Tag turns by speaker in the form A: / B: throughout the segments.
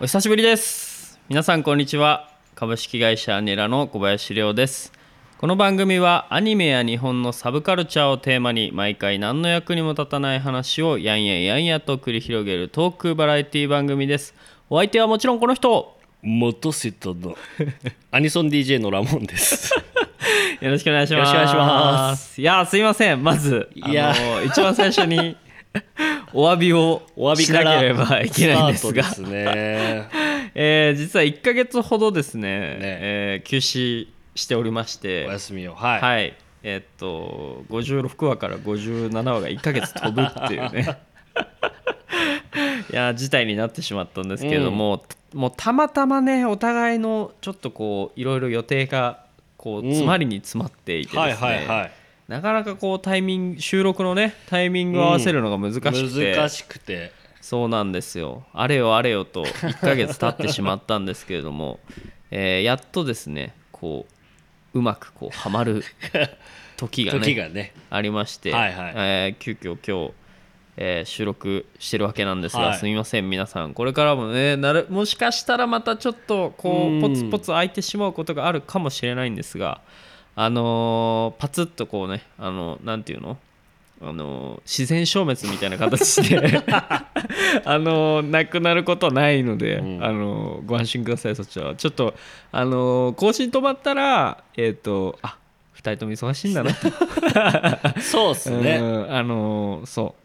A: お久しぶりです皆さんこんにちは株式会社アニラの小林亮ですこの番組はアニメや日本のサブカルチャーをテーマに毎回何の役にも立たない話をやんややんやと繰り広げるトークバラエティ番組ですお相手はもちろんこの人
B: 元瀬 とのアニソン DJ のラモンです。
A: よろしくお願いします。。
B: よろしくお願いします
A: いやー、すいません。まず、あ
B: いや
A: の一番最初 にお詫びを
B: お詫び
A: し
B: か
A: な
B: ら
A: ければいけないんですが、
B: スタートですね。
A: えー実は1ヶ月ほどですね、えー休止しておりまし
B: お
A: て、
B: 休みをはい。
A: はい。えーっと、56話から57話が1ヶ月飛ぶっていう ね。いやー事態になってしまったんですけれども、もうたまたまねお互いのちょっとこういろいろ予定がこう
B: うん
A: 詰まりに詰まっていて
B: はい
A: ですね、
B: はいはい。
A: なかなかこうタイミング収録のねタイミングを合わせるのが難しくて、
B: 難しくて。
A: そうなんですよあれよあれよと1ヶ月経ってしまったんですけれども、えーやっとですねこううまくこうはまる時がね
B: 時がね。
A: ありまして、
B: はいはい
A: えー急遽今日、えー収録してるわけなんですが、
B: はい
A: すみません皆さんこれからもねなるもしかしたらまたちょっとこ
B: う
A: うんポツポツ空いてしまうことがあるかもしれないんですがあのーパツッとこうねあのなんていうのあのー自然消滅みたいな形 で あのーなくなることはないので、
B: うん
A: あのーご安心くださいそちらはちょっとあのー更新止まったらえっ、とあ二人とも忙しいんだなと
B: そうです
A: う
B: ね。
A: んあのーそう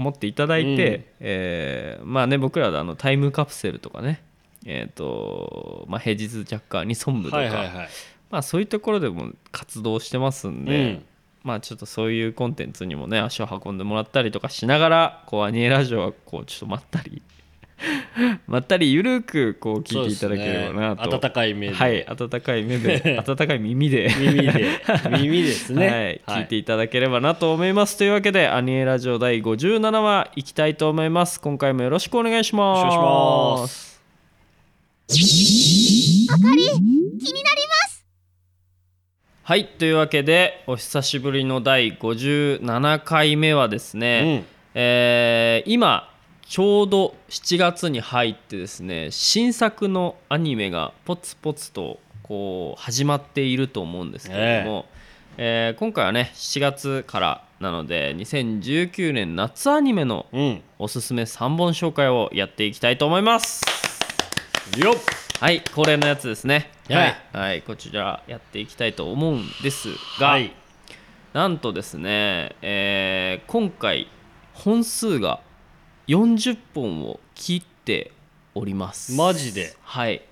A: 思っていただいて、
B: うん
A: えーまあね僕らあのタイムカプセルとかねえっ、とまあ平日ジャッカーにソン部とか、
B: はいはいはい。
A: まあそういうところでも活動してますんで、
B: うん
A: まあちょっとそういうコンテンツにもね足を運んでもらったりとかしながらこうアニエラジオはこうちょっとまったり まったりゆるくこう聞いていただければなと、
B: そうですね温かい目で。
A: はい温かい目 で温かい耳で
B: 耳で。耳ですね。
A: はい、聞いて
B: い
A: いただければなと思います、というわけでアニエラジオ第57話いきたいと思います今回もよろしくお願いします
B: よろしくお願いします
A: はいというわけでお久しぶりの第57回目はですね、
B: うん。
A: えー今ちょうど7月に入ってですね新作のアニメがポツポツとこう始まっていると思うんですけれども、えー今回はね7月からなので2019年夏アニメの
B: うん。
A: おすすめ3本紹介をやっていきたいと思います
B: よっ。
A: はい恒例のやつですねは
B: はいい、
A: はい、こちらやっていきたいと思うんですが、
B: はい。
A: なんとですね、えー今回本数が40本を切っております
B: マジで
A: はい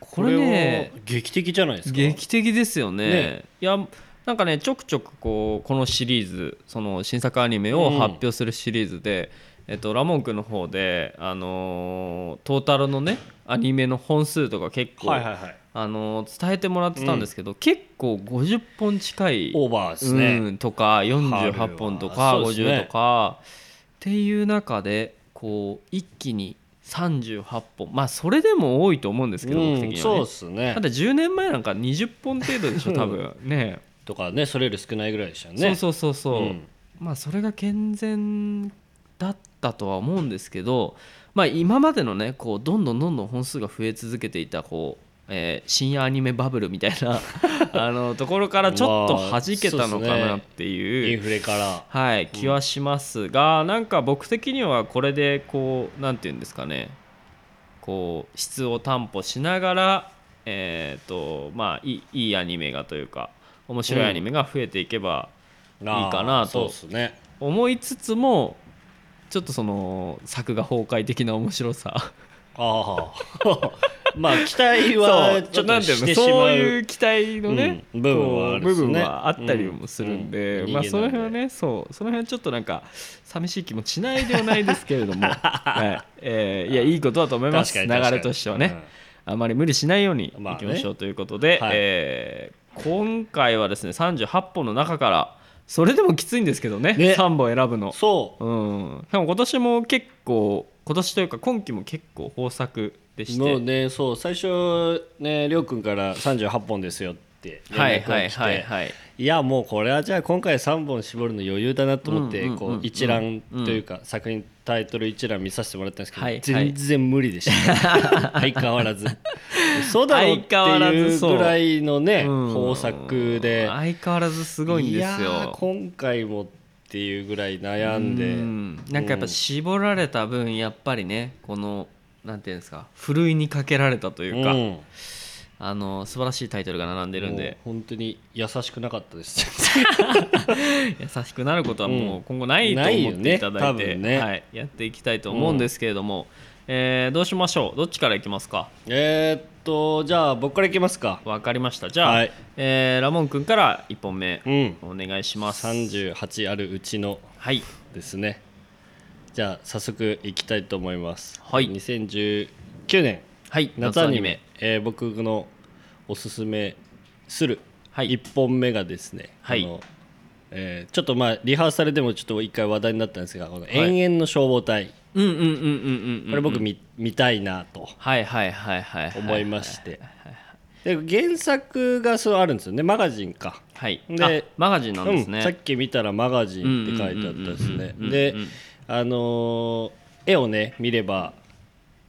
A: こ
B: こ
A: れ
B: れ
A: ね
B: ね劇的じゃないですか。
A: 劇的ですよね
B: ね
A: いやなんかねちょくちょくこうこのシリーズその新作アニメを
B: うん
A: 発表するシリーズで、えっと、ラモン君の方で、あのートータルのねアニメの本数とか結構、
B: はいはいはい。
A: あのー伝えてもらってたんですけど、結構50本近い
B: オーバーですね。
A: うん、とか48本とか
B: そうですね
A: 50とか、っていう中でこう一気に38本まあそれでも多いと思うんですけど、僕的にはね
B: そうですね
A: だって10年前なんか20本程度でしょ多分ね
B: とかねそれより少ないぐらいでしたよね
A: そうそうそうそう、
B: うん
A: まあそれが健全だったとは思うんですけどまあ今までのねこうどんどんどんどん本数が増え続けていたこうえー深夜アニメバブルみたい なあのところからちょっと
B: まあ
A: 弾けたのかなって
B: イ
A: い
B: ン
A: う、
B: フレから
A: はい、気はしますがなんか僕的にはこれでこうなんて言うんですかねこう質を担保しながらえっ、とまあいいいいアニメがというか面白いアニメが増えていけば、いいかなと
B: そうですね
A: 思いつつもちょっとその作画崩壊的な面白さ
B: ああ まあ期待はちょっ
A: なん
B: と
A: ていうの
B: してしまう
A: そういう期待のね、
B: うん部分は
A: こう
B: あるっすね
A: 部分はあったりもするんで、
B: うんうん
A: まあ
B: 人
A: その
B: 間なんで
A: 辺はねそうその辺はちょっとなんか寂しい気もしないではないですけれ ども、はいえーいやいいことだと思います流
B: 確かに確か
A: れ
B: に
A: としてはね、あまり無理しないようにいき
B: まあ
A: ま
B: ね
A: しょうということで、
B: はい
A: えー今回はですね38本の中からそれでもきついんですけどね
B: ね
A: 3本選ぶ
B: う
A: の
B: ん。そ
A: うん、でも今年も結構今年というか今期も結構豊作でし
B: う
A: て
B: もうねそう最初ねりょうくんから38本ですよってって連
A: はい
B: 絡
A: は
B: が
A: い
B: 来
A: はい
B: て
A: はい
B: いやもうこれはじゃあ今回3本絞るの余裕だなと思って
A: うんうんうんうん
B: こう一覧というか作品タイトル一覧見させてもらったんですけ
A: はいはい
B: ど全然無理でした 相変わらずそうだろうって
A: 相変わら
B: い
A: ず
B: う
A: そう
B: ぐらいのね
A: うん
B: 豊作で
A: 相変わらずすごいんです
B: いやー
A: よ
B: 今回もっていうぐらい悩ん
A: う
B: で
A: んなんかやっぱ絞られた分やっぱりねこのなんていうんですかふるいにかけられたというか、
B: うん
A: あの素晴らしいタイトルが並んでるん
B: もう
A: で
B: 本当に優しくなかったです
A: 優しくなることはも
B: う
A: うん今後ないと思っていただい
B: ない
A: て、
B: よね多分ね
A: はい、やっていきたいと思うんですけれども、えーどうしましょうどっちからいきますか
B: えーっとじゃあ僕からいきますか
A: わかりましたじゃあ、
B: はい
A: えーラモン君から1本目
B: うん
A: お願いします、
B: 38あるうちの
A: はい
B: ですねじゃあ早速いきたいと思います
A: はい
B: 2019年
A: はい
B: 夏アニメえー僕のおすすめする
A: はい
B: 1本目がですね、
A: はい
B: あのえーちょっとまあリハーサルでもちょっと一回話題になったんですが「この
A: い
B: 延々の消防隊」
A: うんうんうんうんうんうん
B: これ僕見,、見たいなと
A: はいはいはいはいは
B: 思いましてで原作がそうあるんですよねマガジンか
A: はい
B: で
A: あマガジンなんですね、
B: うん、さっき見たらマガジンって書いてあったですね
A: うんうんうんうんうんうん
B: であのー絵をね見れば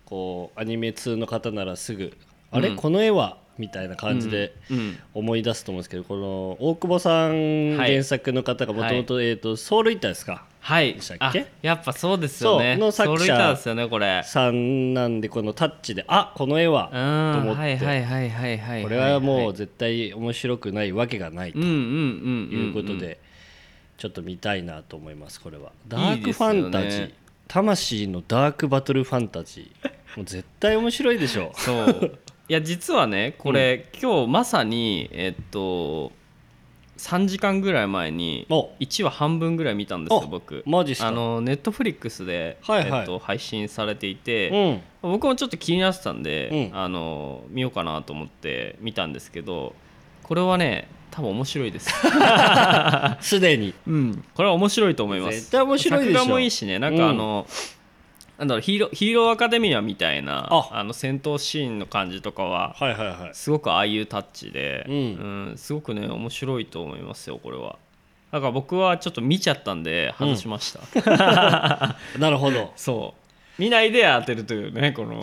B: こうアニメ通の方ならすぐ「あれ、
A: うん
B: この絵は?」みたいな感じで
A: うん
B: 思い出すと思うんですけどこの大久保さん
A: はい
B: 原作の方がもともとえーとソウルイーターですか
A: はい
B: したっ
A: あ
B: け
A: やっぱそうですよね
B: そうの作者
A: ソウルイターですよねこれ
B: さんなんでこのタッチで「あこの絵は!」
A: う
B: と
A: ん
B: 思
A: はい
B: っ
A: は
B: て
A: いはいはいはい
B: これはもう
A: う
B: 絶対面白くないわけがないと
A: うんうんうん
B: ということ
A: んん
B: でちょっと見たいなと思いますこれはダ
A: いい
B: ー
A: で
B: ク
A: す
B: フ
A: よね
B: ァンタジー、魂のダークバトルファンタジーもう絶対面白いで しょ
A: そういや実はねこれ、今日まさにえっと3時間ぐらい前に
B: お
A: 1話半分ぐらい見たんですよ
B: お
A: 僕
B: マジっすか
A: あのネットフリックスで、
B: はいはい
A: えっと、配信されていて、
B: うん
A: 僕もちょっと気になってたんで、
B: うん
A: あの見ようかなと思って見たんですけどこれはね多分面白い です、
B: すでに
A: うん、これは面白いと思います
B: 絶対面白いでしょ
A: 作画もいいしねなんかあの、なんだろうヒーローヒーローアカデミアみたいな
B: あ
A: あの戦闘シーンの感じとかは
B: はいはいはい
A: すごくああいうタッチで、
B: うん
A: うんすごくね面白いと思いますよこれはだから僕はちょっと見ちゃったんで外しました、
B: なるほど
A: そう見ないで当てるというね この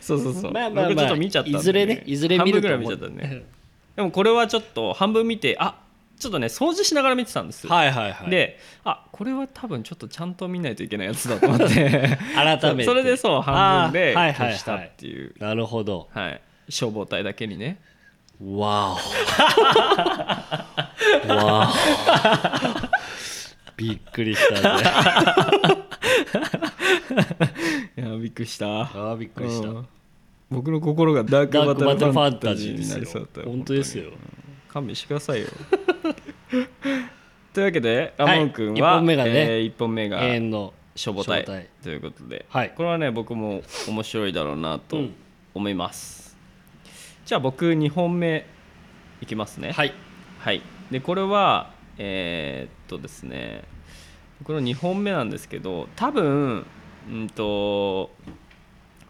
A: そうそうそう
B: まあまあまあ
A: 僕ちょっと見ちゃったんで
B: いずれねいずれ見ると
A: 半分ぐらい
B: 思う
A: 見ちゃったねでもこれはちょっと半分見てあちょっとね掃除しながら見てたんです、
B: はいはいはい
A: であこれは多分ちょっとちゃんと見ないといけないやつだと思って
B: 改めて
A: それでそう半分で
B: あーはいはいはい
A: 消したっていう、
B: なるほど
A: はい消防隊だけにね
B: わおわお びっくりしたね
A: いやびっくりした
B: あーびっくりした、
A: うん僕の心がダー
B: ダー
A: ク
B: ク
A: バ
B: バ
A: ト
B: ト
A: ル
B: ル
A: フ
B: フ
A: ァ
B: ァ
A: ン
B: ン
A: タ
B: タ
A: ジ
B: ジ
A: ー
B: ー
A: に
B: で
A: な
B: す
A: り
B: よ
A: そうだった
B: 本当ですよ
A: 勘弁してくださいよ というわけでラモン君
B: はい
A: は、
B: 一本目がね
A: えー一本目が
B: 永遠の
A: 消防隊
B: 消防
A: と
B: 隊
A: いうことで、
B: はい
A: これはね僕も面白いだろうなと
B: うん
A: 思います、じゃあ僕2本目いきますね、
B: はいい
A: はい、でこれはえーっとですねこの2本目なんですけど多分うんと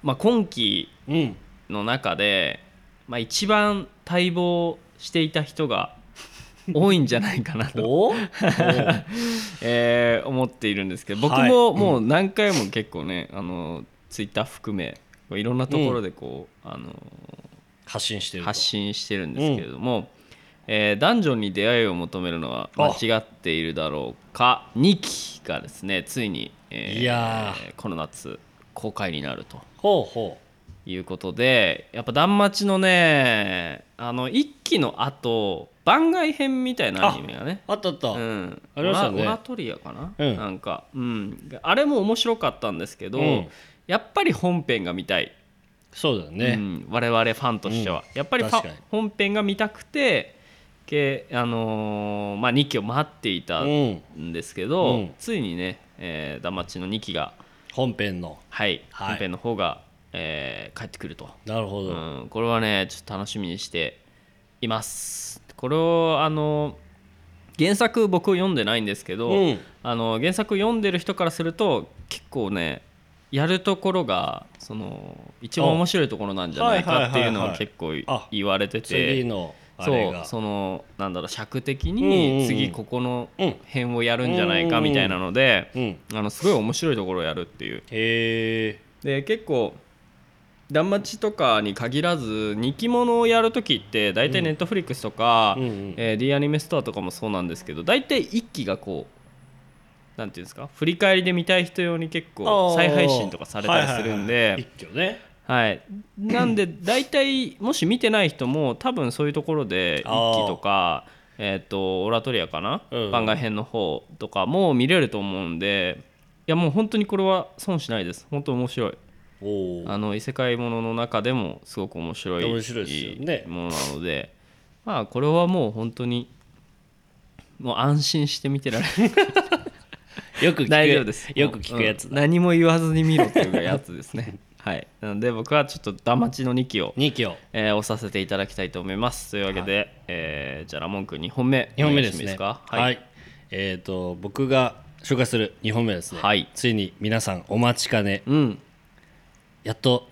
A: まあ今期
B: うん
A: の中で、まあ、一番待望していた人 が多いんじゃないかなと、
B: おお
A: えー思っているんですけど僕
B: はい
A: ももう何回も結構ね、あのツイッター含めいろんなところでこう、あの
B: 発信してると
A: 発信してるんですけれども、えー男女に出会いを求めるのは
B: あ
A: 間違っているだろうか2期がですねついに、えー
B: いやー
A: この夏公開になると。
B: ほうほ
A: いうことでやっぱ断末のねあの一期の後番外編みたいなアニメがね
B: うあったあった、
A: うん、
B: ありましたね
A: オラオラトリアかな、
B: うん
A: なんか、うん、あれも面白かったんですけど、
B: うん
A: やっぱり本編が見たい、
B: そうだよ
A: う
B: ね、
A: ん、我々ファンとしては、
B: うん
A: やっぱりファ
B: 確かに
A: 本編が見たくてけ、あのーまあ、2期を待っていた
B: うん
A: んですけど、
B: うん
A: ついにね、えー、断末の2期が、
B: 本編の
A: はい、
B: はい
A: 本編の方が、えー帰ってくると。
B: なるほど、
A: うん、これはねちょっと楽しみにしていますこれをあの原作僕読んでないんですけど、
B: うん
A: あの原作読んでる人からすると結構ねやるところがその一番面白いところなんじゃないかっていうの
B: あ
A: は
B: はいはい
A: 結構い
B: あ
A: 言われてて
B: 次のあ
A: そ
B: れ
A: う
B: が
A: そのなんだろう尺的
B: うんうんう
A: に
B: ん
A: 次ここの
B: うん
A: 辺をやるんじゃないかみたいなので
B: うんへ
A: あのすごい面白いところをやるっていう
B: え
A: で結構断末とかに限らず人気者をやる時って大体ネットフリックスとか、
B: うんうん
A: えー D アニメストアとかもそうなんですけど大体一期がこうなんていうんですか振り返りで見たい人用に結構再配信とかされたりするん
B: はいはいはい
A: で、
B: 一挙ね
A: はい、なんで大体もし見てない人も多分そういうところで一
B: あー
A: 期とか、えー、とオラトリアかな、
B: うん
A: 番外編の方とかも見れると思うんでいやもう本当にこれは損しないです本当面白い
B: おお
A: あの異世界ものの中でもすごく面白い
B: 面白いですよね
A: ものなのでまあこれはもう本当にもう安心して見てられ る
B: よく聞く
A: 大丈夫です
B: よく聞くやつ
A: うん
B: だ
A: 何も言わずに見ろっていうやつですね はいなので僕はちょっとダマチの2期を、
B: 2期を
A: えー押させていただきたいと思いますというわけで、えーじゃあラモン君2本目
B: 2本目です
A: お願いしても
B: ね
A: いいですか
B: はい、
A: はい、
B: えっ、と僕が紹介する2本目ですね、
A: はい
B: ついに皆さんお待ちかね
A: うん
B: やっと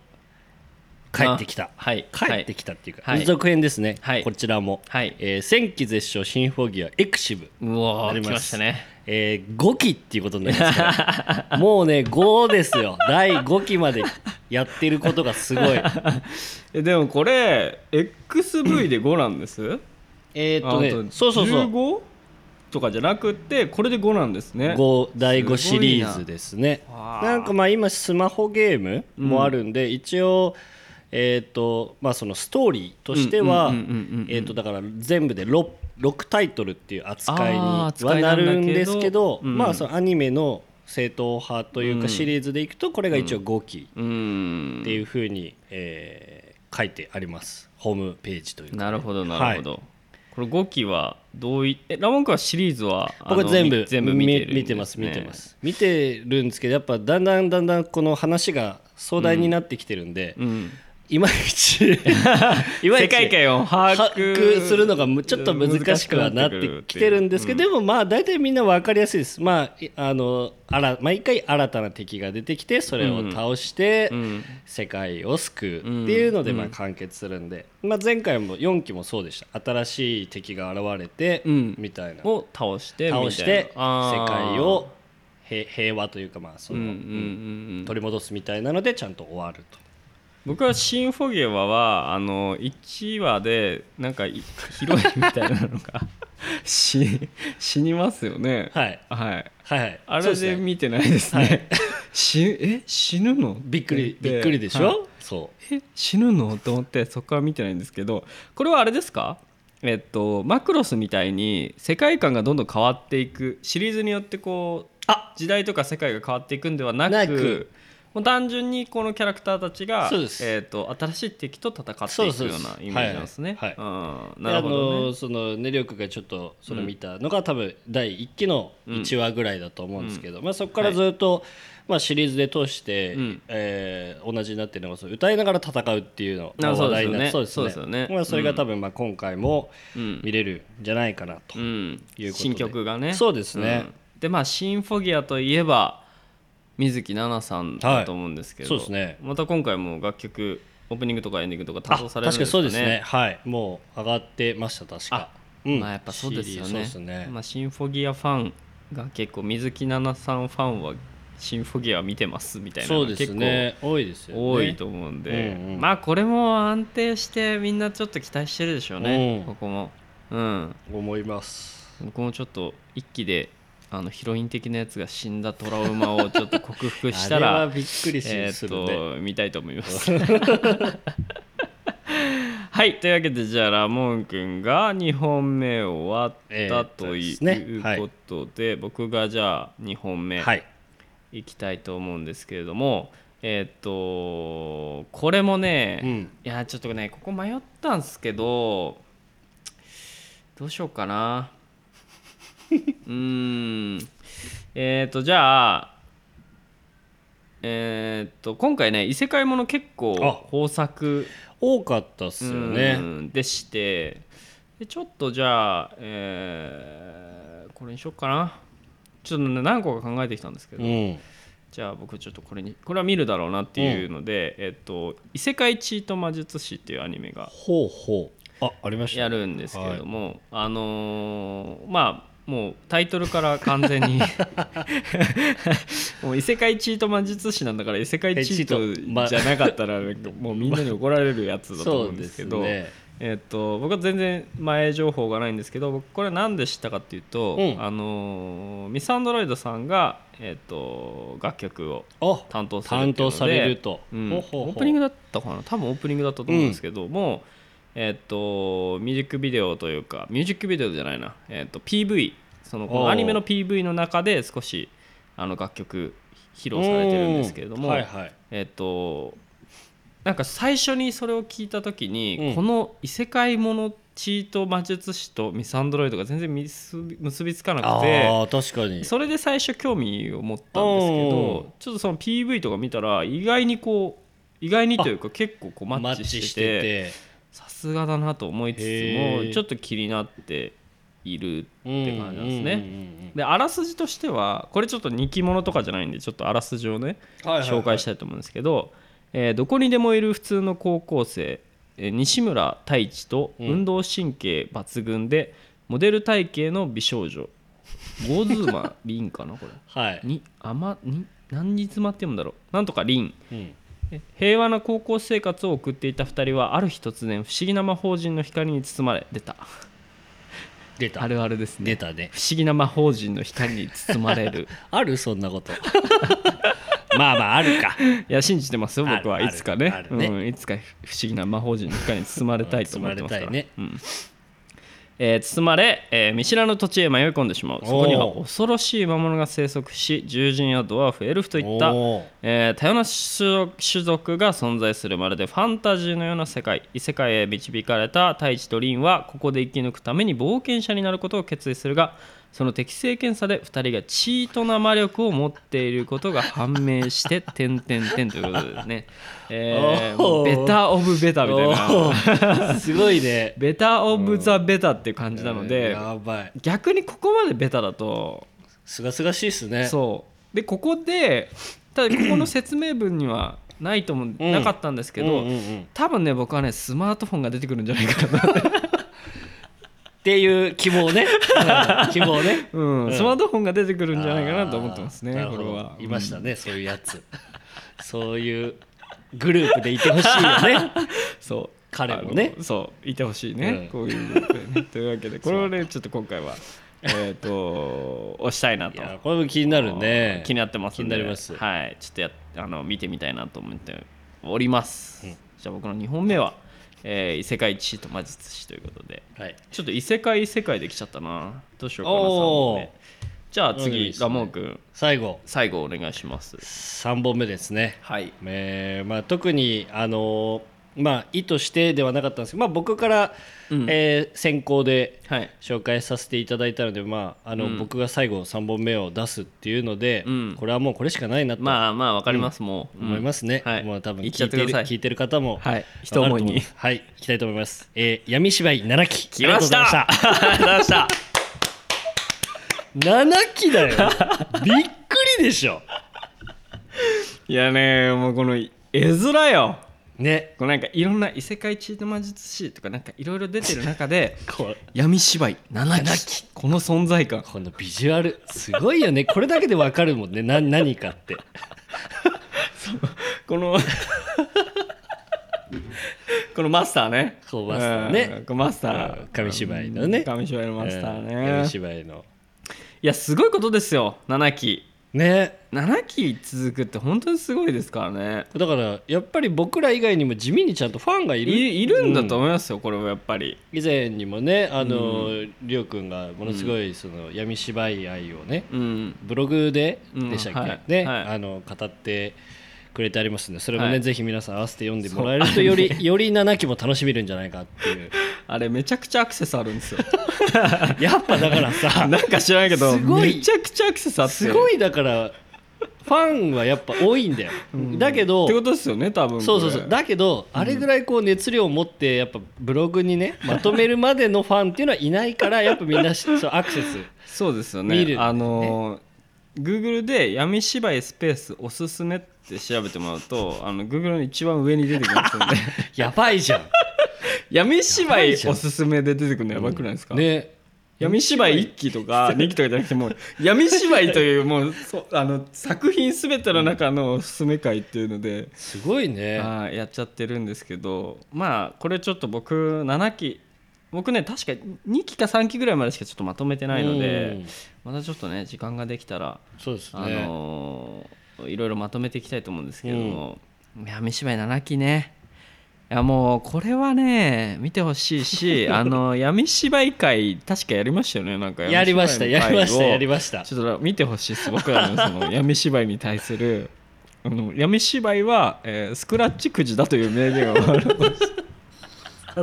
B: 帰ってきた
A: あはい
B: 帰ってきたっていうか、
A: はい
B: 続編ですね、
A: はい
B: こちらも、
A: はい
B: えー戦記絶唱シンフォギアエクシブ
A: うお
B: な
A: ー
B: り
A: 来
B: ます
A: ましたね
B: えー5期っていうことになりますから もうね5ですよ第5期までやってることがすごい
A: えでもこれ XV で5なんです、
B: えーっと
A: あ
B: ねそうそうそう
A: 15? とかじゃなくてこれで5なんですね
B: 5第5
A: すごい
B: シ
A: な
B: リーズですね
A: わあ
B: なんかまあ今スマホゲームもあるんで、一応えーっとまあそのストーリーとしては
A: うんうんうんうんうん
B: えーっとだから全部で 6, 6タイトルっていう扱いに
A: あー
B: は
A: 扱いな
B: なん
A: だけど
B: るんですけど
A: うん
B: まあそのアニメの正統派という
A: うん
B: かシリーズでいくとこれが一応5期
A: うーん
B: っていうふうに、えー書いてありますホームページというか
A: なるほどなるほど、これ5期はどういえラモン君はシリーズはあの
B: 僕全部
A: み全部見てるんです
B: み
A: ね
B: 見てます見てます見てるんですけどやっぱだんだんだんだんこの話が壮大になってきてるんで、
A: うん、
B: いまい ちいま
A: 世
B: いち
A: 界観を把握
B: 把握するのがむちょっと難しくはなってきてるんですけど、でもまあ大体みんな分かりやすいですまあいあのあら毎回新たな敵が出てきてそれを倒して、
A: うん
B: 世界を救うっていうのでまあ完結するんで、まあ、前回も4期もそうでした新しい敵が現れて
A: うん
B: みたいな、
A: を倒してみたいな
B: 倒して
A: あ
B: 世
A: ー
B: 界を平平和というかまあそ
A: うん
B: の、
A: うんうんうん
B: 取り戻すみたいなのでちゃんと終わると。
A: 僕は「シン・フォゲワ」はあの1話でなんかい広いみたいなの が死死にますよね
B: はい
A: はい
B: はいはい、
A: あ
B: そう
A: れ
B: す
A: で
B: ね
A: 見てないですね
B: はい
A: 死え死ぬの
B: びっくり
A: て
B: びっくりでし
A: はい
B: ょ、そ
A: え死ぬのと思ってそこから見てないんですけどこれはあれですかえっとマクロスみたいに世界観がどんどん変わっていくシリーズによってこう
B: あ
A: 時代とか世界が変わっていくんではなく
B: なく
A: もう単純にこのキャラクターたちが、
B: そうです
A: えっと新しい敵と戦っていくようなイメージなんですね。
B: そうです
A: うん
B: う
A: なるほ
B: であ
A: ど
B: の
A: ね。
B: そのねりょうくんがちょっとそれ見たのが、多分第1期の1話ぐらいだと思うんですけど、まあ、そこからずっと、まあ、シリーズで通して、
A: うん
B: えー同じになってるのがその歌いながら戦うっていうの
A: あ
B: が話題になって
A: そうですよねそうですよね
B: まあ、それが多分まあ今回も
A: うん
B: 見れるんじゃないかなと、
A: うん
B: とで
A: 新曲がね。
B: そうですね
A: うんでまあ「シン・フォギア」といえば水木奈々さんだと思うんですけど、
B: はいそうですね
A: また今回も楽曲オープニングとかエンディングとか
B: あ
A: 担当
B: 確
A: さ
B: か
A: れるんで
B: に
A: す
B: そ
A: か
B: う
A: ね。
B: ですねはいもう上がってました確か
A: あ
B: うん
A: まあやっぱそうですよ
B: CD そう
A: ね
B: ですね
A: まあ、シンフォギアファンが結構水木奈々さんファンはシンフォギア見てますみたいな
B: そ
A: の
B: う
A: が
B: です
A: 結構
B: ね多いですよね
A: 多いと思うんで、
B: うんうん
A: まあこれも安定してみんなちょっと期待してるでしょうね、
B: うん
A: ここもうん
B: 思います
A: 僕もちょっと一気であのヒロイン的なやつが死んだトラウマをちょっと克服した
B: あれは
A: ら
B: びっくりし
A: え
B: す
A: ーっ
B: るね
A: と見たいと思います はいというわけでじゃあラモン君が2本目終わったとい
B: えーっとです
A: う
B: ねはい
A: ことで僕がじゃあ2本目
B: はい
A: いきたいと思うんですけれどもえーっとこれも
B: う
A: ね
B: ん
A: いやちょっとねここ迷ったんですけどどうしようかな うーんえっ、ー、とじゃあえっ、ー、と今回ね異世界もの結構
B: あ
A: 豊作
B: 多かったっすよね
A: うんでしてでちょっとじゃあ、えーこれにしよっかなちょっとね何個か考えてきたんですけ
B: う
A: ど、
B: ん
A: じゃあ僕ちょっとこれにこれは見るだろうなっていうので、えっと「異世界チート魔術師」っていうアニメが
B: ほうほうあありました
A: やるんですけれども、あのーまあもうタイトルから完全 にもう異世界チート魔術師なんだから異世界チ
B: えチートま
A: ートじゃなかったらもうみんなに怒られるやつだと思うんですけど、
B: そうですね
A: えっと僕は全然前情報がないんですけど僕これ何で知ったかっていうと、
B: うん
A: あのーミス・アンドロイドさんが、えっと楽曲を
B: あ
A: 担当するっていうの
B: 担
A: で
B: 当されると、
A: うん
B: ほうほうほう
A: オープニングだったかな多分オープニングだったと思うんですけども、えっ、とミュージックビデオというかミュージックビデオじゃないな、えっと PV そのこ
B: お
A: の
B: ー
A: アニメの PV の中で少しあの楽曲披露されてるんですけれども、
B: うんはいはい
A: えっ、となんか最初にそれを聞いた時に、
B: うん
A: この異世界ものチート魔術師とミスアンドロイドが全然結び結びつかなくて
B: ああ確かに
A: それで最初興味を持ったんですけ
B: おー
A: どちょっとその PV とか見たら意外にこう意外にというか結構こうマ
B: マ
A: ッ
B: ッ
A: チ
B: チし
A: しててて
B: て
A: さすがだなと思いつつ
B: へ
A: も
B: ー
A: ちょっと気になっている
B: って
A: 感じなんですね
B: ね
A: であらすじとしてはこれちょっと人気者とかじゃないんでちょっとあらすじをね紹介したいと思うんですけど、えーどこにでもいる普通の高校生、えー西村太一と
B: うん
A: 運動神経抜群で、モデル体型の美少 女ゴズマリンかなこれ
B: はい、
A: に甘に何に詰まって読むんだろうなんとか凛
B: うん
A: 平和な高校生活を送っていた2人はある日突然不思議な魔法陣の光に包まれ出た
B: 出た
A: あるあるですね
B: 出たね
A: 不思議な魔法陣の光に包まれ る
B: あるそんなこと まあまああるか
A: いや信じてますよ僕
B: あ
A: は
B: る
A: いつかね
B: あるね
A: うん、いつか不思議な魔法陣の光に包まれたいと思ってますから、
B: 包まれ
A: うんえー包まれ、えー見知らぬ土地へ迷い込んでしまうそこには
B: おー
A: 恐ろしい魔物が生息し獣人やドワーフエルフといった
B: おー
A: えー多様な種族種族が存在するまるでファンタジーのような世界異世界へ導かれた太一と凛はここで生き抜くために冒険者になることを決意するがその適性検査で2人がチートな魔力を持っていることが判明して点点点ということでね、えー
B: おー
A: ベタ・オブ・ベタみたいな
B: おーすごいね
A: ベタ・オブ・ザ・ベタっていう感じなので
B: やばい
A: 逆にここまでベタだと
B: すがすがしいっすね
A: そうでここでただここの説明文にはないとも
B: うん
A: なかったんですけど、
B: うんうんうんっ
A: 多分ね僕はねスマートフォンが出てくるんじゃないかな、
B: ていう希 望ねうん希望ね
A: うん
B: う ん
A: スマートフォンが出てくるんじゃないかなと思ってます
B: あー
A: ね
B: なる
A: こ
B: ほ
A: れ
B: ど
A: はい
B: ましたね、そういうやつそういうグループでいてほしいよ ね
A: そう
B: 彼もね
A: あのそういてほしいね、
B: うん
A: こういうグループでねというわけでこれをねちょっと今回はえっ、と押したいないと
B: やこれも気になるね
A: 気になってますんで
B: 気になります
A: はいちょっとやあの見てみたいなと思っております、じゃあ僕の2本目は、えー異世界一と魔術師ということで
B: はい
A: ちょっと異世界異世界できちゃったなどうしようかな3
B: おー
A: 本目じゃあ
B: うんいい
A: 次
B: っすね
A: ガモー君
B: 最後
A: 最後お願いします
B: 3本目ですね
A: はい
B: えーまあ、特に、あのーまあ、意図してではなかったんですけど、まあ、僕から、
A: うん
B: えー先行で
A: はい
B: 紹介させていただいたので、まああの
A: うん
B: 僕が最後3本目を出すっていうので、
A: うん
B: これはもうこれしかないなと
A: まあまあわかります、もう、
B: 思いますね、もう多分
A: 言っちゃっ
B: 聞
A: て
B: いて
A: く
B: る
A: ださい
B: 聞いてる方も、
A: はい
B: わかると
A: 一
B: 思
A: 思いに
B: ますはい行きたいと思います、えー闇芝居7期
A: 来ました
B: ありがとうございました
A: ありがとうございまし た
B: 7期だよ びっくりでしょ
A: いやねもうこの絵面よ
B: ね
A: こうなんかいろんな異世界チート魔術師とかなんかいろいろ出てる中で
B: こう
A: 闇芝居7
B: 七
A: 期この存在感
B: このビジュアルすごいよねこれだけでわかるもんねな何かって
A: この このマスターね
B: こうマスターね
A: うんこうマスタ
B: うん
A: ー
B: 紙芝居のね
A: うん紙芝居のマスター
B: うん
A: ね、
B: 紙
A: い
B: 芝居の
A: やすごいことですよ7期
B: ね
A: 7期続くって本当にすごいですからね
B: だからやっぱり僕ら以外にも地味にちゃんとファンがいる
A: いいるんだと
B: う
A: 思いますよ、これはやっぱり
B: 以前にもねあの、りょうくんがものすごいその闇芝居愛をね、
A: うん
B: ブログで
A: うん
B: でしたっけ、
A: はい
B: ね、
A: はい
B: あの語ってくれてありますのでそれもね、
A: はい
B: ぜひ皆さん合わせて読んで
A: そう
B: もらえる
A: あ
B: とよりより7期も楽しめるんじゃないかっ ていう
A: あれめちゃくちゃアクセスあるんで すよ
B: やっぱだからさ
A: なんか知らないけど
B: すごい
A: めちゃくちゃアクセスあって
B: すご
A: い
B: いだからファンはやっぱ多いんだよ、だけど
A: ってことですよね多分これ
B: そうそうそうだけどあれぐらいこう熱量を持ってやっぱブログ にねまとめるまでのファンっていうのはいないからやっぱみんなしそうアクセス
A: そうですよ
B: 見
A: ね
B: る
A: あのー Google で闇芝居スペースおすすめって調べてもらうとあの Google の一番上に出てきますんで
B: やばいじゃん
A: 闇芝
B: やばい
A: 居
B: じゃん
A: おすすめで出てくるのやばくないですか、
B: ね
A: 闇芝居1期と か2期とかじゃなくてもう闇芝居というもう そあの作品全ての中のおすすめ会っていうのです
B: ごいね
A: はいやっちゃってるんですけどまあこれちょっと僕7期僕ね確か2期か3期ぐらいまでしかちょっとまとめてないの
B: う
A: で
B: ん
A: またちょっとね時間ができたら
B: そうです
A: あ
B: ね
A: のーいろいろまとめていきたいと思うんですけども、いや闇芝居7期ねいやもうこれはね見てほしい しあの闇芝居会確かやりましたよねなんか
B: やりました
A: 闇
B: や
A: 芝居の
B: りま
A: 会
B: した
A: を
B: やりました
A: ちょっと見てほしいです僕らのその闇芝居に対するあの闇芝居は、えースクラッチくじだという名言を
B: あ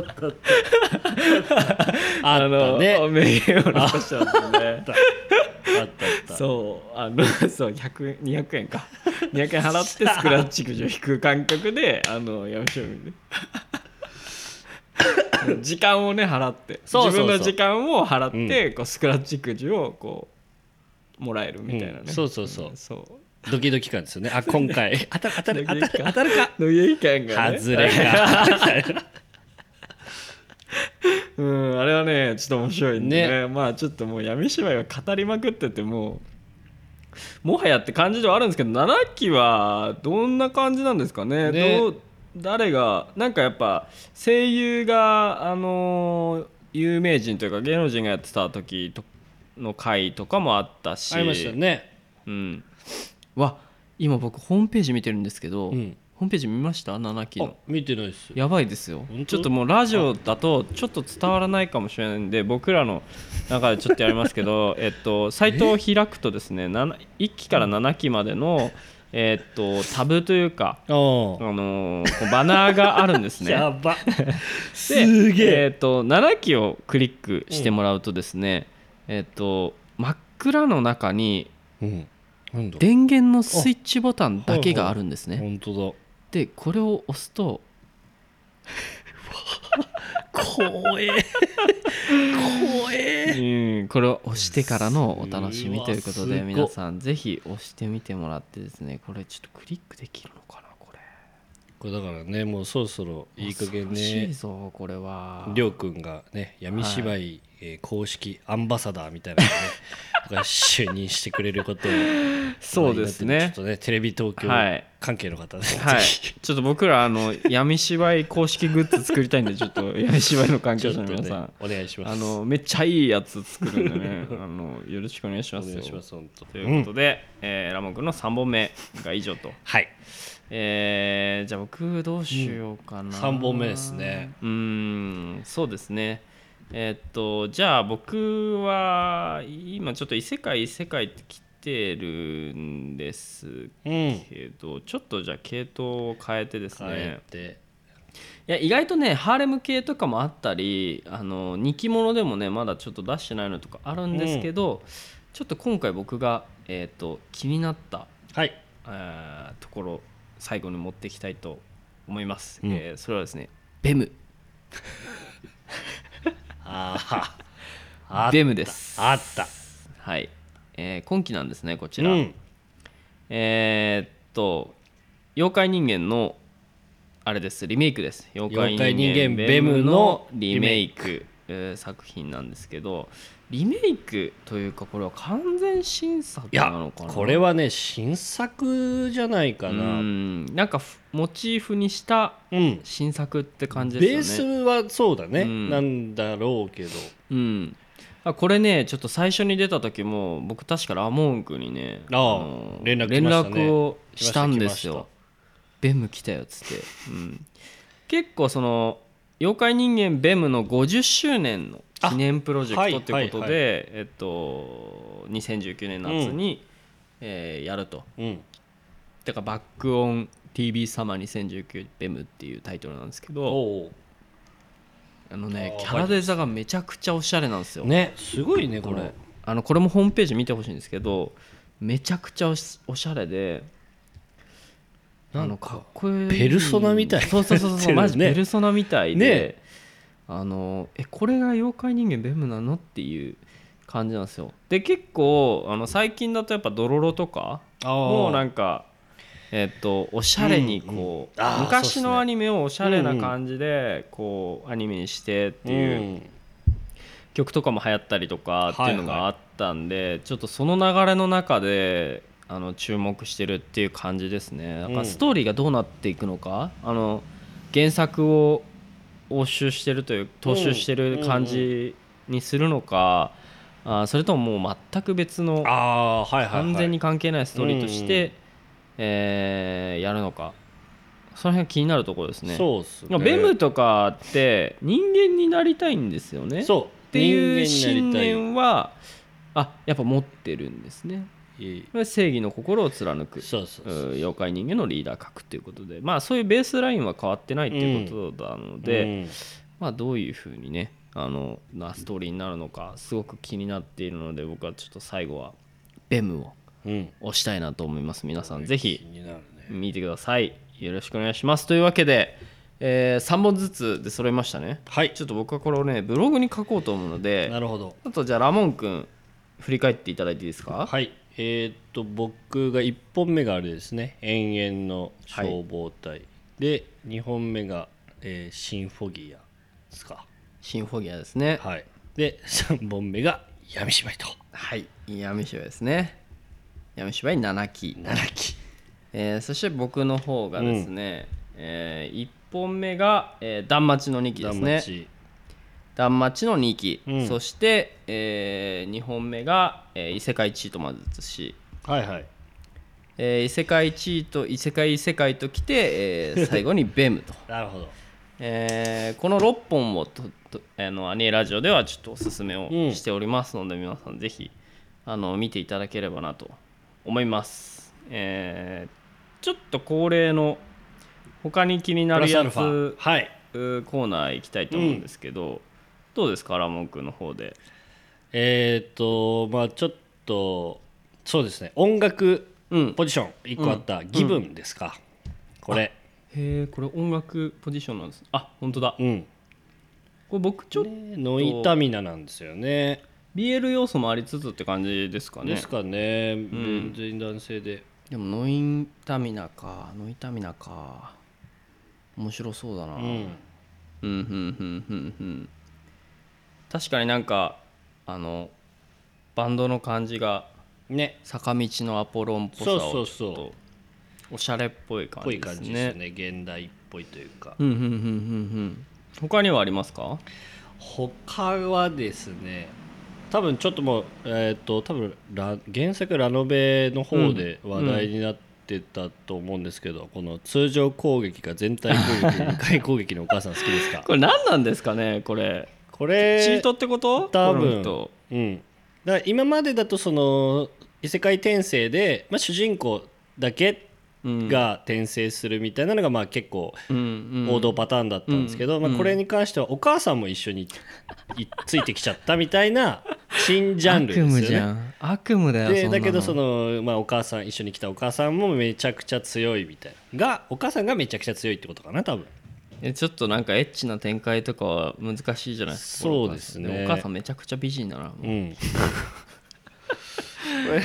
A: あ
B: った
A: の、
B: ね
A: 名言を残してますんで
B: あったあったあった
A: そうあの そう100 200円か200円払ってスクラッチくじを引く感覚であのやめしょう ね時間をね払って
B: そうそうそ
A: 自分
B: う
A: の時間を払って、こうスクラッチくじをこうもらえるみたいなね、
B: うんそうそうそうん
A: そう
B: ドキドキ感ですよねあ 今回当たる当たる当たる当たるか
A: の家感が、ね、
B: 外 れが
A: うんあれはねちょっと面白いんでね
B: ね
A: まあちょっともう闇芝居は語りまくっててもうもはやって感じではあるんですけど7期はどんな感じなんですかね
B: ね
A: どう誰がなんかやっぱ声優があのー有名人というか芸能人がやってた時との回とかもあったし
B: ありましたね
A: うん、わ今僕ホームページ見てるんですけど、
B: うん
A: ホームページ見ました7期
B: あ
A: の
B: 見てないです
A: やばいですよ
B: 本当
A: ちょっともうラジオだとちょっと伝わらないかもしれないんで僕らの中でちょっとやりますけ どえっとサイトを開くとですね7 1期から7期までのえっとタブというか、あ
B: あー
A: のーこうバナーがあるんです ね。
B: やば
A: です
B: げえ
A: えっと7期をクリックしてもらうとですね、えっと真っ暗の中に
B: うんなんだ
A: 電源のスイッチボタンだけがあるんですね。
B: 本当
A: でこれを押すと
B: だ怖え怖え
A: うん、これを押してからのお楽しみということ
B: うわ
A: で
B: すごっ
A: 皆さんぜひ押してみてもらってですねこれちょっとクリックできるのかなこれ
B: これだからねもうそろそろいい加減
A: 恐ろしい
B: ね
A: ぞこれは
B: りょうくんがね闇芝居えー公式アンバサダーみたいな のねが就任してくれることを
A: そうです
B: まあ祈って
A: ね
B: ちょっとねテレビ東京
A: はい
B: 関係の方で、
A: はい
B: ぜひ
A: ちょっと僕らあの闇芝居公式グッズ作りたいんでちょっと闇芝居の関
B: ちょ
A: 係
B: っ
A: 者
B: と
A: の皆さん、
B: ねお願いします
A: あのめっちゃいいやつ作るんでねあのよろしくお願いし
B: お
A: ますよ
B: 願いします本当
A: ということで、えーラモン君の3本目が以上と
B: はい
A: えーじゃあ僕どうしようかな、
B: 三本目ですね
A: うーんそうですねえーっとじゃあ僕は今ちょっと異世界異世界って来てるんです
B: うん
A: けどちょっとじゃあ系統を変えてです
B: 変え
A: ね
B: て
A: いや意外とねハーレム系とかもあったりあの人気者でもねまだちょっと出してないのとかあるんですけど、ちょっと今回僕が、えーっと気になった
B: はい
A: えーところ最後に持っていきたいと思います、
B: うん
A: えーそれはですねベム
B: あーあった
A: ベムです
B: あった
A: はい、えー今期なんですねこち
B: う
A: ら、
B: ん
A: えーっと妖怪人間のあれですリメイクです妖怪人間
B: 妖怪人間
A: ベム
B: ベム
A: の
B: の
A: リメイクえー作品なんですけどリメイクというかこれは完全新作
B: い
A: な
B: や
A: のかな
B: これはね新作じゃないか
A: う
B: なう
A: ん
B: ん、
A: なんかふモチーフにした新作って感じ
B: ベ
A: で
B: ー
A: す
B: ス
A: よね
B: はそうだね、
A: うん
B: なんだろうけど
A: うん、あこれねちょっと最初に出た時も僕確かラモン君にね
B: ああ
A: の
B: 連絡来ましたね
A: 連絡をしたんです
B: 来ま
A: よ「
B: し
A: ベム来たよ」っつって、うん、結構その「妖怪人間ベム」の50周年の記念プロジェクトってことで、
B: あはいはい
A: えっと、2019年夏に、えーやると
B: うん
A: だから「バックオン TV サマー2019ベム」っていうタイトルなんですけど
B: おう
A: あのね
B: ああ
A: キャラデザがめちゃくちゃおしゃれなんですよ
B: ねすごいねこ
A: こ
B: れ
A: れあのこれもホームページ見てほしいんですけどめちゃくちゃおしおしゃれであ
B: な
A: の
B: んか
A: かっこいい
B: ペルソナみたいに
A: そうそうそう
B: なっ
A: そう
B: てる ね
A: マジペルソナみたいで、
B: ね
A: あのえこれが妖怪人間ベムなのっていう感じなんですよで結構あの最近だとやっぱドロロとかもうなんかえっとおしゃれにこう、
B: うんうんあー
A: 昔
B: そうっすね
A: のアニメをおしゃれな感じでこうアニメにしてっていう、曲とかも流行ったりとかっていうのがあったんで、ちょっとその流れの中であの注目してるっていう感じですねだか
B: う
A: ら
B: ん
A: ストーリーがどうなっていくのか、あの原作を押収してるという踏襲してる感じにするのか、あーそれとももう全く別の
B: ああーはいはい、はい、
A: 完全に関係ないストーリーとして、
B: うんうん
A: えーやるのかその辺気になるところですね。
B: そうっす
A: ま
B: ね
A: あベムとかって人間になりたいんですよね。
B: そうっ
A: っていう信念はあやっぱ持ってるんですね正義の心を貫く
B: そうそう
A: う
B: そうん
A: 妖怪人間のリーダー格ということでまあそういうベースラインは変わってないっていうことなので、
B: うん
A: まあどういうふうにねあのなストーリーになるのかすごく気になっているので僕はちょっと最後はベムを
B: うん、
A: 押したいなと思います皆さんぜひ
B: 気になるね
A: 見てくださいよろしくお願いしますというわけで、え3本ずつで揃いましたね
B: はい
A: ちょっと僕はこれをねブログに書こうと思うので
B: なるほど
A: ちょっとじゃあラモン君振り返っていただいていいですか
B: はいえーっと僕が1本目があれですね「延々の消防隊」で2本目が、えーシンフォギア」ですか
A: シンフォギアですね
B: はいで3本目が「闇芝居」と
A: はい闇芝居ですね闇芝居7期、
B: 7期
A: えーそして僕の方がですね、え1本目が、えー、断末の2期ですね
B: ち
A: 断末の2期、
B: うん
A: そして、え2本目が、えー異世界チート魔術師
B: はいはい
A: えー異世界チート異世界異世界と来て、え ー最後にベムと
B: なるほど
A: えーこの6本をととあのアニエラジオではちょっとおすすめを
B: うん
A: しておりますので、皆さんぜひあの見ていただければなと思います、えーちょっと恒例の他に気にな
B: プラ
A: る
B: スア
A: や
B: ル
A: つ
B: ファはいう
A: ーコーナー行きたいと思うんですけど、どうですかラモン君の方で
B: えーっとまあちょっとそうですね音楽
A: うん
B: ポジション1個あった、ギブンですか、これ
A: へえこれ音楽ポジションなんですあ本当だこ
B: うん
A: れ僕ちょっと
B: ねノイタミナなんですよね
A: BL 要素もありつつって感じですかね
B: ですかね、
A: ん
B: 全然男性で
A: でもノインタミナかノイタミナか面白そうだな、
B: う
A: うん、
B: ん
A: うんうんうんうん確かになんかあのバンドの感じが
B: ね
A: 坂道のアポロンっぽさ
B: そ
A: を
B: う
A: ち
B: そ
A: ょっ
B: うそう
A: とおしゃれっぽい感
B: ぽ
A: じ
B: い
A: です
B: 感じ
A: ね
B: ですね現代っぽいというか、
A: うんうんうんうんうん他にはありますか
B: 他はですね多分ちょっともうえっ、と多分ラ原作ラノベの方で話題になってたと思うんですけど、この通常攻撃か全体攻 撃二回攻撃のお母さん好きですか
A: これ何なんですかねこれ、
B: これ
A: チートってこと
B: 多
A: この
B: 分
A: 人
B: うん、だから今までだとその異世界転生で、まあ、主人公だけ
A: うん、
B: が転生するみたいなのがまあ結構
A: うんうん
B: 王道パターンだったんですけど、
A: うん
B: まあ、これに関してはお母さんも一緒にい ついてきちゃったみたいな新ジャンルですよ
A: 悪夢じゃ
B: ね。
A: ん悪夢だよ
B: で
A: そんな
B: だけどその、まあ、お母さん一緒に来たお母さんもめちゃくちゃ強いみたいながお母さんがめちゃくちゃ強いってことかな多分
A: えちょっとなんかエッチな展開とかは難しいじゃないですか
B: そうです
A: お母さん
B: ね
A: お母さんめちゃくちゃ美人だな、
B: うん こ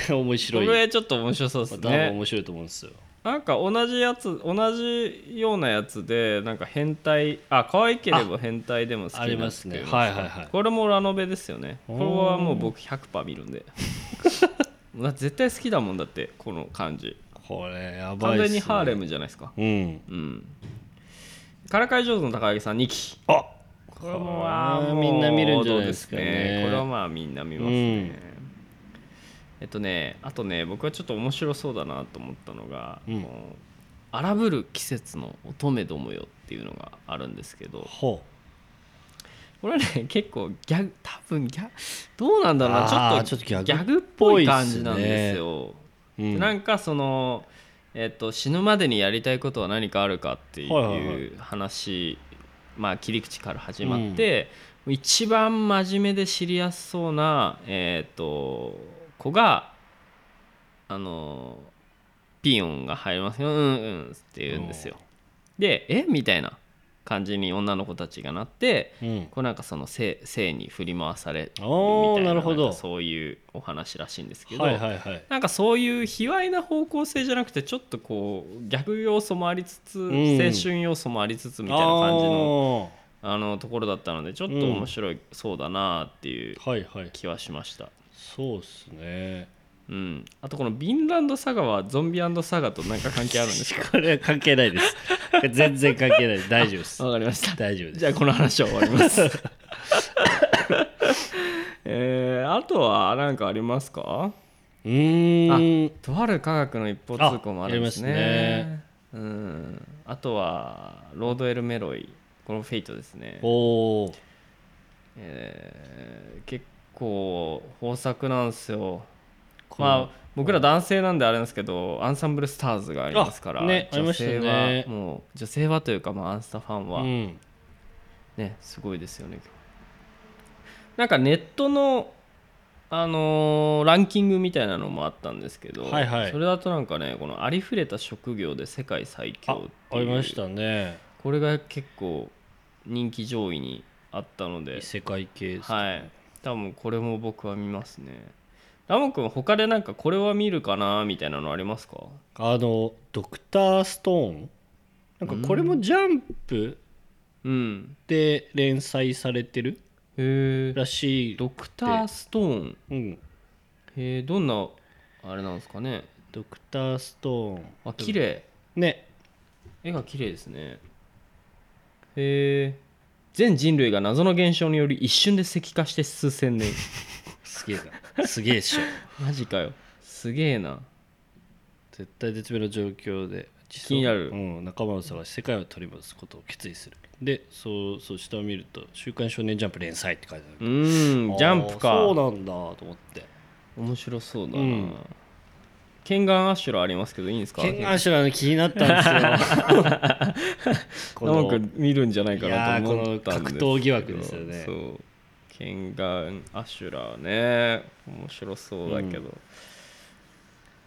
B: れ面白
A: こ
B: い、ま
A: れちょっと面白そうで
B: あ、多
A: す
B: 分
A: ね
B: 面白いと思うんですよ
A: なんか同じやつ同じようなやつでなんか変態あ可愛ければ変態でも好きな
B: あります
A: って
B: ね
A: いう
B: はいはいはい
A: これもラノベですよねこれはもう僕100%見るんで だって絶対好きだもんだってこの感じ
B: これやばい
A: 完
B: っす、ね、
A: 全にハーレムじゃないですか
B: うん
A: うんからかい上手の高木さん2期
B: あ
A: これもまあ
B: これは
A: もう
B: みんな見るんじゃないですかね
A: 王道これはまあみんな見ますね、えっとねあとね僕はちょっと面白そうだなと思ったのが「
B: うん
A: この荒ぶる季節の乙女どもよ」っていうのがあるんですけど
B: ほ
A: これはね 結構ギャグ多分ギャどうなんだろう
B: あ
A: な
B: ー
A: ちょっと
B: ちょっと
A: ギ
B: ギ
A: ャ
B: ャ
A: グっぽい感じなんですよ。
B: う、うん、
A: でなんかその、えっと死ぬまでにやりたいことは何かあるかって
B: はいはいはい
A: いう話、まあ、切り口から始まって、一番真面目で知りやすそうな、えっと子があのピヨンが入りますよ、うんうんって言うんですよ。でえみたいな感じに女の子たちがなって
B: うん
A: こうなんかその性性に振り回されるみたい
B: おー
A: な
B: なるほど
A: んかそういうお話らしいんですけど、
B: はいはいはい
A: なんかそういう卑猥な方向性じゃなくてちょっとこう逆要素もありつつ、
B: ん
A: 青春要素もありつつみたいな感じのあのところだったのでちょっと面白いそうだなっていう
B: あーはいはい
A: 気はしました、
B: そうですね
A: うん、あとこの「ビンランドサガ」はゾンビサガと何か関係あるんですか
B: これは関係ない です全然関係ないです大丈夫です
A: わかりました
B: 大丈夫です
A: じゃあこの話は終わり ます。えーあとは何かありますか
B: うーん
A: とある科学の一方通行もあるんですね。
B: あやりま
A: うん、あとはロード・エル・メロイこのフェイトですね、
B: おー
A: えー結構豊作なんですよ
B: この
A: まあ僕ら男性なんであれなんですけどアンサンブルスターズがありますから、
B: あねあり
A: 女
B: ました
A: 性
B: よ
A: は、
B: ね
A: もう女性はというか、まあ、アンスタファンは、
B: うん
A: ねすごいですよねなんかネットのあのーランキングみたいなのもあったんですけど、
B: はいはい
A: それだとなんかねこのありふれた職業で世界最
B: あ
A: 強って
B: あ
A: いう
B: りましたね
A: これが結構人気上位にあったので
B: 異世界系です
A: はい多分これも僕は見ますねラモ君他でなんかこれは見るかなみたいなのありますか
B: あのドクターストーンなんかこれもジャンプ
A: うん
B: で連載されてる
A: へえ
B: らしい
A: ドクターストーン
B: うん
A: へえどんなあれなんですかね
B: ドクターストーン
A: あ綺麗
B: ね
A: 絵が綺麗ですねへえ全人類が謎の現象により一瞬で石化して数千 年
B: すげえな すげえっしょ
A: マジかよすげえな
B: 絶対絶命の状況で
A: 気になる
B: うん、仲間を探し世界を取り戻すことを決意するでそうそう下を見ると「週刊少年ジャンプ連載」って書いてあ
A: う
B: る
A: ーんジャンプ
B: あー
A: か
B: そうなんだと思って
A: 面白そうだな、
B: うん
A: ケンガンアシュラありますけどいいんですか
B: ケンガンシュラの気になったんですよ この
A: なんか見るんじゃないかなと思ったんですけど
B: いやーこの格闘疑惑ですよね
A: そうケンガンアシュラね面白そうだけど、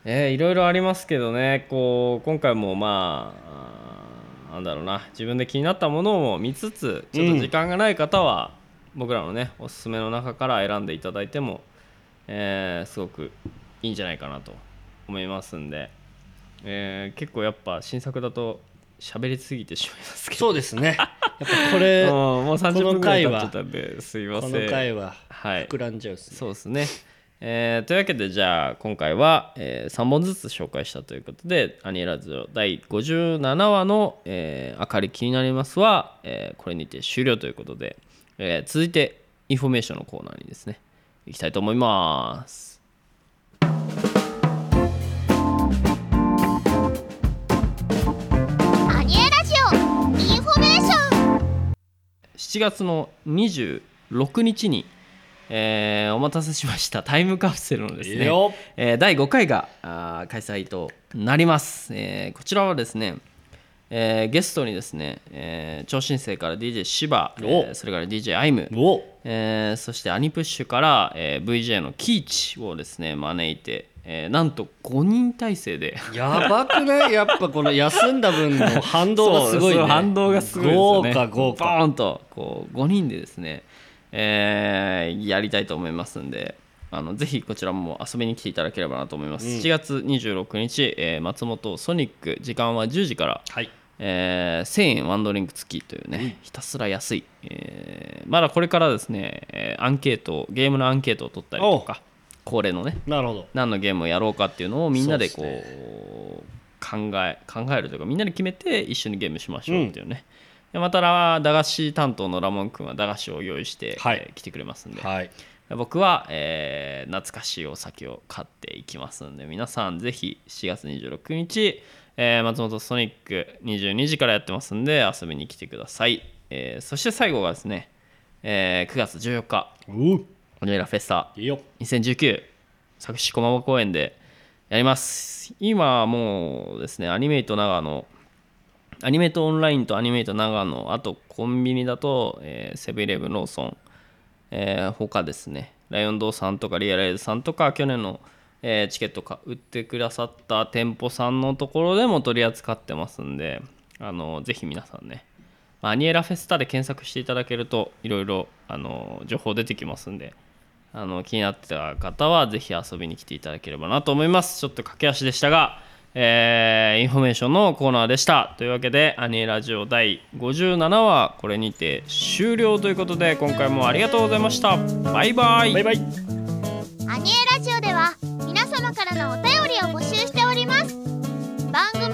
A: えーいろいろありますけどねこう今回もまああーなんだろうな自分で気になったものを見つつちょっと時間がない方は、僕らのねおすすめの中から選んでいただいても、えーすごくいいんじゃないかなと思いますんで、えー結構やっぱ新作だと喋りすぎてしまいますけど
B: そうですねやっぱこれ
A: うん
B: こ
A: もう30分
B: この
A: ぐらい
B: 回
A: 経
B: は
A: っちゃったんですいません
B: の回は
A: はい
B: 膨らんじゃうっすね
A: そうですね、えーというわけでじゃあ今回は、え3本ずつ紹介したということで「アニラジオ第57話の、えー明かり気になりますは」えーこれにて終了ということで、えー続いてインフォメーションのコーナーにですねいきたいと思います
C: アニエラジオインフォメーション
A: 7月の26日に、えーお待たせしました タイムカプセルのですね
B: よ
A: えー第5回があー開催となります、えーこちらはですね、えーゲストにですね、えー超新星から DJ 芝、えー
B: お
A: それから DJ アイム、
B: お
A: えーそしてアニプッシュから、えー VJ のキーチをですね招いて、えーなんと5人体制で
B: やばくない やっぱこの休んだ分の反動がすご
A: そう
B: いね
A: そう反動がすごいですよね
B: 豪華豪華
A: ボーンとこう5人でですね、えーやりたいと思いますんであのぜひこちらも遊びに来ていただければなと思います、
B: うん
A: 7月26日、えー松本ソニック時間は10時から、
B: はい
A: えー1000円ワンドリンク付きというね、ひたすら安い、えーまだこれからですねえーアンケートゲームのアンケートを取ったりとか恒例のね
B: なるほど
A: 何のゲームをやろうかっていうのをみんなでこう
B: そうっ
A: 考え考えるというかみんなで決めて一緒にゲームしましょうっていうね、でまたら駄菓子担当のラモン君は駄菓子を用意して、
B: はい
A: えー来てくれますんで、
B: はい
A: 僕は、えー懐かしいお酒を買っていきますんで皆さんぜひ4月26日、えー松本ソニック22時からやってますんで遊びに来てください、えーそして最後がですね、えー9月14日
B: う
A: オニエラフェスタ
B: いいよ
A: 2019作詞駒場公演でやります今はもうですねアニメイト長野アニメイトオンラインとアニメイト長野あとコンビニだと、えーセブンイレブンローソン、えー他ですねライオン堂さんとかリアライズさんとか去年の、えーチケットか売ってくださった店舗さんのところでも取り扱ってますんであのぜひ皆さんねまあアニエラフェスタで検索していただけるといろいろあの情報出てきますんであの気になってた方はぜひ遊びに来ていただければなと思いますちょっと駆け足でしたが、えーインフォメーションのコーナーでしたというわけで「アニエラジオ第57話」これにて終了ということで今回もありがとうございましたバイバイ
B: バイバイ
C: アニエラジオでは皆様からのお便りを募集しております番組